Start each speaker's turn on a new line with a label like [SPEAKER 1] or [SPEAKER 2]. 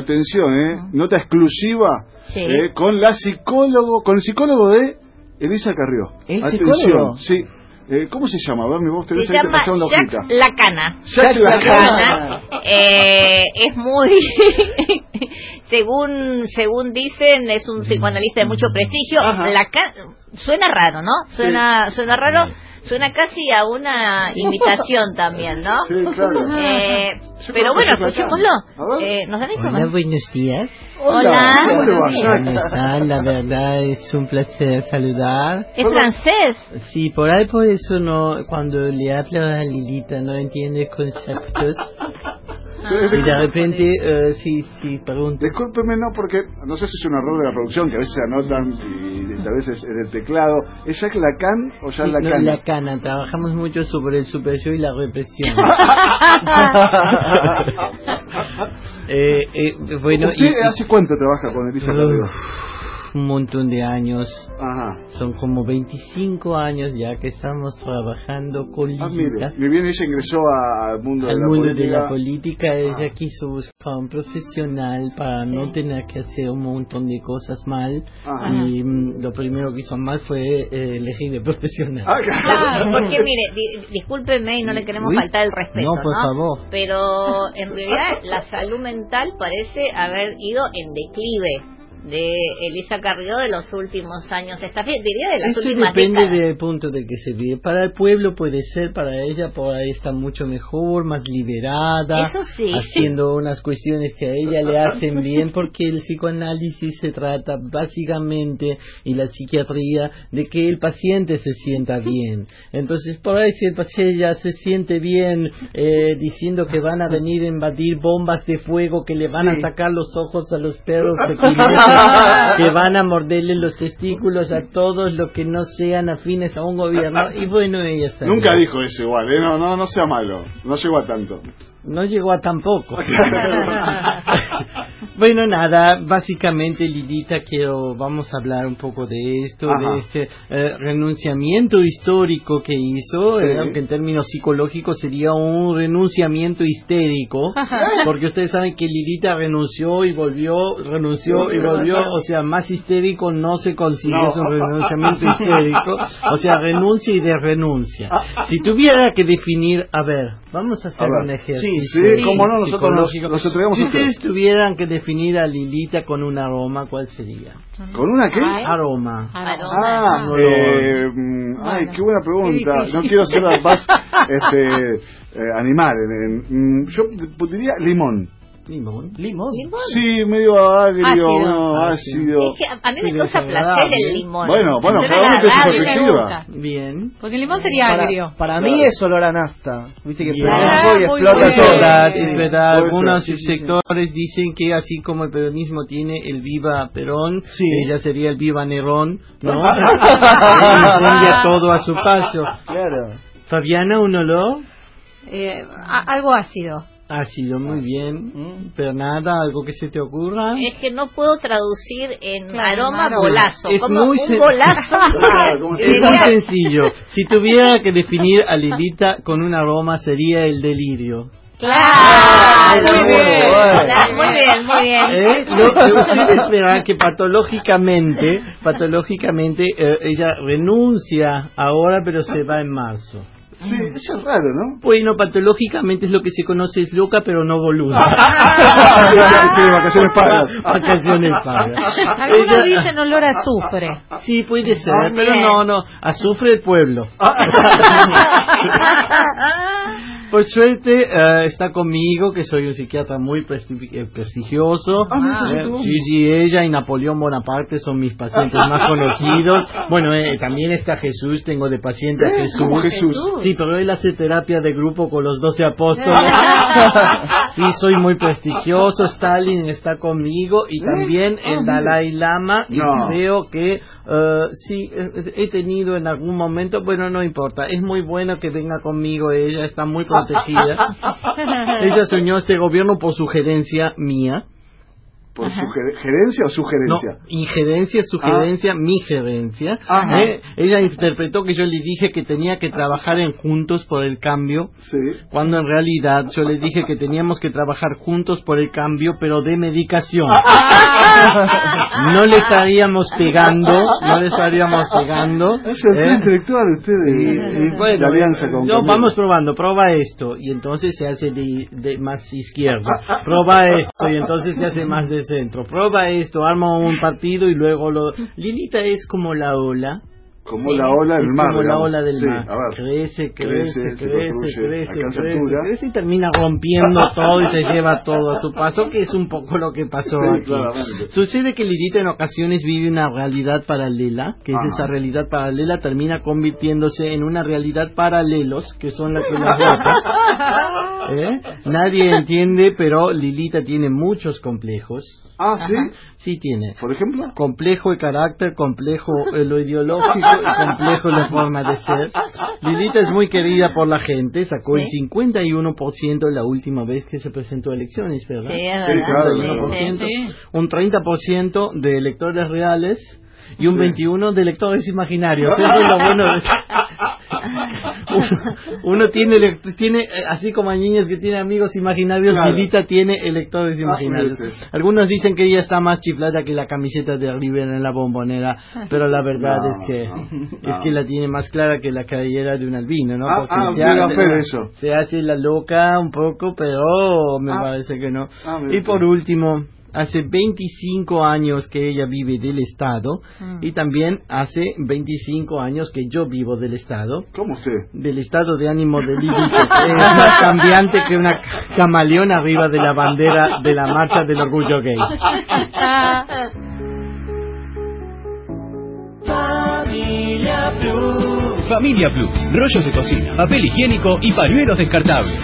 [SPEAKER 1] atención, ¿eh?
[SPEAKER 2] Ajá.
[SPEAKER 1] nota exclusiva
[SPEAKER 2] Sí.
[SPEAKER 1] eh, con la psicólogo, con el psicólogo de Elisa Carrió.
[SPEAKER 3] ¿El
[SPEAKER 1] atención,
[SPEAKER 3] psicólogo?
[SPEAKER 1] sí. Eh, ¿Cómo se llama? A ver, mi vos
[SPEAKER 2] Se
[SPEAKER 1] tenés ahí, te
[SPEAKER 2] llama
[SPEAKER 1] pasaba una hojita.
[SPEAKER 2] Jack Lacana.
[SPEAKER 1] Jack
[SPEAKER 2] Lacana. Eh, es muy, según según dicen, es un psicoanalista de mucho prestigio.
[SPEAKER 3] Ajá.
[SPEAKER 2] Laca- suena raro, ¿no? Suena suena raro, suena casi a una invitación también, ¿no?
[SPEAKER 1] Sí, claro.
[SPEAKER 2] Eh,
[SPEAKER 1] Yo
[SPEAKER 2] pero
[SPEAKER 1] conozco a
[SPEAKER 2] bueno,
[SPEAKER 1] Jack Lacana.
[SPEAKER 2] escuchémoslo.
[SPEAKER 1] A ver.
[SPEAKER 2] Eh, ¿Nos dan
[SPEAKER 4] Hola,
[SPEAKER 2] información?
[SPEAKER 4] buenos días.
[SPEAKER 2] Hola.
[SPEAKER 1] ¿Cómo le va,
[SPEAKER 2] Buenos
[SPEAKER 1] Jack?
[SPEAKER 4] ¿Cómo están? La verdad es un placer saludar.
[SPEAKER 2] Es
[SPEAKER 1] Hola.
[SPEAKER 2] francés.
[SPEAKER 4] Sí, por ahí por eso no, cuando le hablo a Lilita no entiende conceptos. Y de repente, eh, sí, sí, pregunto.
[SPEAKER 1] Discúlpeme, no, porque no sé si es un error de la producción, que a veces se anotan y, a veces en el teclado. ¿Es Jack Lacan o Jack
[SPEAKER 4] Sí, no,
[SPEAKER 1] Lacan?
[SPEAKER 4] la cana, trabajamos mucho sobre el super yo y la represión.
[SPEAKER 1] Ah,
[SPEAKER 4] Eh, eh, bueno, y,
[SPEAKER 1] ¿Usted hace cuánto trabaja con Elisa Carrió?
[SPEAKER 4] Uf, un montón de años
[SPEAKER 1] Ajá.
[SPEAKER 4] Son como 25 años ya que estamos trabajando con
[SPEAKER 1] Ah,
[SPEAKER 4] Lilita.
[SPEAKER 1] mire, muy bien, ella ingresó a- al mundo,
[SPEAKER 4] Al
[SPEAKER 1] de, la
[SPEAKER 4] mundo
[SPEAKER 1] política.
[SPEAKER 4] de la política, ella
[SPEAKER 1] Ah.
[SPEAKER 4] quiso buscar un profesional para no tener que hacer un montón de cosas mal.
[SPEAKER 1] Ajá.
[SPEAKER 4] Y mm, lo primero que hizo mal fue eh, elegir de profesional.
[SPEAKER 1] Ah, claro.
[SPEAKER 2] Claro, porque mire, di- discúlpeme y no le queremos
[SPEAKER 4] Uy.
[SPEAKER 2] faltar el respeto.
[SPEAKER 4] No, por favor.
[SPEAKER 2] Pero en realidad la salud mental parece haber ido en declive de Elisa Carrió de los últimos años. Esta fe- diría de las
[SPEAKER 4] Eso
[SPEAKER 2] últimas
[SPEAKER 4] depende
[SPEAKER 2] décadas.
[SPEAKER 4] del punto de que se vive. Para el pueblo puede ser, para ella por ahí está mucho mejor, más liberada,
[SPEAKER 2] Eso sí.
[SPEAKER 4] haciendo unas cuestiones que a ella le hacen bien, porque el psicoanálisis se trata básicamente y la psiquiatría de que el paciente se sienta bien. Entonces por ahí si el paciente ya se siente bien eh, diciendo que van a venir a invadir bombas de fuego, que le van a sacar los ojos a los perros, pequeñitos, que van a morderle los testículos a todos los que no sean afines a un gobierno y bueno ella está bien.
[SPEAKER 1] Nunca dijo eso igual, ¿eh? No, no, no sea malo. No llegó a tanto.
[SPEAKER 4] no llegó a tampoco bueno nada básicamente Lidita quiero vamos a hablar un poco de esto
[SPEAKER 1] Ajá.
[SPEAKER 4] de este eh, renunciamiento histórico que hizo
[SPEAKER 1] Sí.
[SPEAKER 4] eh, aunque en términos psicológicos sería un renunciamiento histérico porque ustedes saben que Lidita renunció y volvió renunció y volvió o sea más histérico no se consigue
[SPEAKER 1] No.
[SPEAKER 4] es un renunciamiento histérico o sea renuncia y desrenuncia
[SPEAKER 1] Ah.
[SPEAKER 4] si tuviera que definir a ver vamos a hacer
[SPEAKER 1] ver.
[SPEAKER 4] un ejercicio
[SPEAKER 1] Sí, sí, cómo no, nosotros
[SPEAKER 4] psicológico.
[SPEAKER 1] nos- nos entregamos
[SPEAKER 4] si
[SPEAKER 1] a ustedes.
[SPEAKER 4] ustedes tuvieran que definir a Lilita con un aroma cuál sería
[SPEAKER 1] ¿Con una qué?
[SPEAKER 2] Ay.
[SPEAKER 4] aroma
[SPEAKER 2] Aroma.
[SPEAKER 1] Ah,
[SPEAKER 4] olor.
[SPEAKER 1] eh, mm, ay, qué buena pregunta. No quiero ser más este, eh, animal. en- en- mm, yo diría limón.
[SPEAKER 4] limón limón
[SPEAKER 2] Limón.
[SPEAKER 1] Sí, medio agrio,
[SPEAKER 2] Ácido. Ah,
[SPEAKER 1] medio ácido.
[SPEAKER 2] Es que a, a mí me
[SPEAKER 4] Sí,
[SPEAKER 2] causa placer
[SPEAKER 4] desagradable. ¿eh?
[SPEAKER 2] el limón.
[SPEAKER 1] Bueno, bueno,
[SPEAKER 2] Suena
[SPEAKER 1] cada uno tiene su
[SPEAKER 2] agradable.
[SPEAKER 1] perspectiva.
[SPEAKER 4] bien
[SPEAKER 5] Porque el limón sería agrio.
[SPEAKER 3] Para mí es olor a nafta. Viste que
[SPEAKER 4] Bien.
[SPEAKER 3] prende
[SPEAKER 5] Ah,
[SPEAKER 3] fuego y
[SPEAKER 5] muy
[SPEAKER 3] explota
[SPEAKER 4] Es
[SPEAKER 5] bien.
[SPEAKER 3] todo.
[SPEAKER 4] verdad,
[SPEAKER 5] Sí.
[SPEAKER 4] es verdad.
[SPEAKER 1] Puede
[SPEAKER 4] Algunos
[SPEAKER 1] ser, sí, sí, sí.
[SPEAKER 4] sectores dicen que así como el peronismo tiene el viva Perón,
[SPEAKER 3] Sí.
[SPEAKER 4] ella sería el viva Nerón, ¿no? Incendia todo a su paso.
[SPEAKER 3] Claro.
[SPEAKER 4] Fabiana, un olor
[SPEAKER 5] Eh, a- algo ácido.
[SPEAKER 4] ácido, muy bien. Pero nada, algo que se te ocurra.
[SPEAKER 2] Es que no puedo traducir en
[SPEAKER 5] Claro,
[SPEAKER 2] aroma
[SPEAKER 5] aroma.
[SPEAKER 2] bolazo.
[SPEAKER 4] Es
[SPEAKER 2] como
[SPEAKER 4] muy
[SPEAKER 2] un
[SPEAKER 4] sen-
[SPEAKER 2] bolazo.
[SPEAKER 1] Claro, como si-
[SPEAKER 4] Es
[SPEAKER 2] Sería-
[SPEAKER 4] muy sencillo. Si tuviera que definir a Lilita con un aroma sería el delirio.
[SPEAKER 2] Claro,
[SPEAKER 3] Muy bien.
[SPEAKER 2] Claro, Muy bien, muy bien.
[SPEAKER 4] ¿Eh? Lo que ustedes verán que patológicamente, patológicamente eh, ella renuncia ahora pero se va en marzo.
[SPEAKER 1] Sí, eso es raro, ¿no?
[SPEAKER 4] Bueno, patológicamente es lo que se conoce, es loca pero no boluda.
[SPEAKER 1] Tiene vacaciones pagas.
[SPEAKER 4] Vacaciones pagas.
[SPEAKER 5] Algunos
[SPEAKER 4] Ella-
[SPEAKER 5] dicen olor a azufre.
[SPEAKER 4] Sí, puede ser,
[SPEAKER 5] Ah,
[SPEAKER 4] pero
[SPEAKER 5] bien.
[SPEAKER 4] no, no, azufre el pueblo.
[SPEAKER 5] Ah,
[SPEAKER 4] Por suerte eh, está conmigo, que soy un psiquiatra muy presti- eh, prestigioso.
[SPEAKER 1] Ah, no, eso
[SPEAKER 4] Eh,
[SPEAKER 1] es todo.
[SPEAKER 4] sí, sí, ella y Napoleón Bonaparte son mis pacientes más conocidos. Bueno, eh, también está Jesús, tengo de paciente a
[SPEAKER 1] ¿Eh?
[SPEAKER 4] Jesús.
[SPEAKER 1] Como Jesús.
[SPEAKER 4] Sí, pero él hace terapia de grupo con los doce apóstoles. sí, soy muy prestigioso. Stalin está conmigo y también el Dalai Lama. Y
[SPEAKER 1] No.
[SPEAKER 4] creo que eh, sí, eh, he tenido en algún momento, bueno, no importa. Es muy bueno que venga conmigo. Ella está muy protegida. ella se unió a este gobierno por sugerencia mía.
[SPEAKER 1] por su ger- gerencia o sugerencia. Ah.
[SPEAKER 4] No, injerencia, sugerencia, mi gerencia.
[SPEAKER 1] Ajá.
[SPEAKER 4] Eh, Ella interpretó que yo le dije que tenía que trabajar en juntos por el cambio,
[SPEAKER 1] Sí.
[SPEAKER 4] cuando en realidad yo le dije que teníamos que trabajar juntos por el cambio, pero de medicación. No le estaríamos pegando, no le estaríamos pegando.
[SPEAKER 1] Es el
[SPEAKER 4] eh.
[SPEAKER 1] intelectual ustedes.
[SPEAKER 4] Y, bueno, eh,
[SPEAKER 1] la alianza con
[SPEAKER 4] no,
[SPEAKER 1] Camilo.
[SPEAKER 4] vamos probando, prueba esto y entonces se hace de, de más izquierda, prueba esto y entonces se hace más de centro, prueba esto, arma un partido y luego lo... Lilita es como la ola,
[SPEAKER 1] Como la ola del
[SPEAKER 4] es
[SPEAKER 1] mar.
[SPEAKER 4] como la
[SPEAKER 1] digamos.
[SPEAKER 4] ola del
[SPEAKER 1] Sí,
[SPEAKER 4] mar,
[SPEAKER 1] a ver.
[SPEAKER 4] crece, crece,
[SPEAKER 1] Crece, se
[SPEAKER 4] crece,
[SPEAKER 1] construye,
[SPEAKER 4] crece,
[SPEAKER 1] alcanza
[SPEAKER 4] crece,
[SPEAKER 1] altura.
[SPEAKER 4] crece y termina rompiendo todo y se lleva todo a su paso, que es un poco lo que pasó
[SPEAKER 1] Sí,
[SPEAKER 4] aquí.
[SPEAKER 1] claramente.
[SPEAKER 4] Sucede que Lilita en ocasiones vive una realidad paralela, que
[SPEAKER 1] Ajá.
[SPEAKER 4] es esa realidad paralela termina convirtiéndose en una realidad paralelos, que son las que nos vota. ¿Eh? Nadie entiende, pero Lilita tiene muchos complejos.
[SPEAKER 1] Ah, sí.
[SPEAKER 4] Sí tiene.
[SPEAKER 1] Por ejemplo.
[SPEAKER 4] Complejo de carácter, complejo en lo ideológico y complejo en la forma de ser. Lilita es muy querida por la gente, sacó el 51% la última vez que se presentó a elecciones, ¿verdad?
[SPEAKER 2] Sí, es
[SPEAKER 1] Sí,
[SPEAKER 2] verdad.
[SPEAKER 1] claro,
[SPEAKER 2] Sí,
[SPEAKER 1] claro.
[SPEAKER 2] sí,
[SPEAKER 4] 51%,
[SPEAKER 2] sí.
[SPEAKER 5] sí.
[SPEAKER 4] un 30% de electores reales y un 21 de electores imaginarios. Eso es lo bueno. de- uno, uno tiene, elect- tiene, eh, así como hay niños que tienen amigos imaginarios,
[SPEAKER 1] Claro. Ah,
[SPEAKER 4] Lilita tiene electores imaginarios.
[SPEAKER 1] fíjate.
[SPEAKER 4] Algunos dicen que ella está más chiflada que la camiseta de Rivera en la bombonera, pero la verdad
[SPEAKER 1] No,
[SPEAKER 4] es que
[SPEAKER 1] no,
[SPEAKER 4] es
[SPEAKER 1] no.
[SPEAKER 4] que la tiene más clara que la cabellera de un albino, ¿no?
[SPEAKER 1] Ah,
[SPEAKER 4] Porque
[SPEAKER 1] ah,
[SPEAKER 4] se
[SPEAKER 1] llega a
[SPEAKER 4] hace-
[SPEAKER 1] ver eso.
[SPEAKER 4] se hace la loca un poco, pero me
[SPEAKER 1] Ah.
[SPEAKER 4] parece que no.
[SPEAKER 1] Ah, mira
[SPEAKER 4] y
[SPEAKER 1] tú.
[SPEAKER 4] por último, hace 25 años que ella vive del Estado y también hace 25 años que yo vivo del Estado.
[SPEAKER 1] ¿Cómo usted?
[SPEAKER 4] Del estado de ánimo de Lili, que es más cambiante que una camaleón arriba de la bandera de la marcha del orgullo gay.
[SPEAKER 5] ah,
[SPEAKER 6] Familia Plus, rollos de cocina, papel higiénico y pañuelos descartables.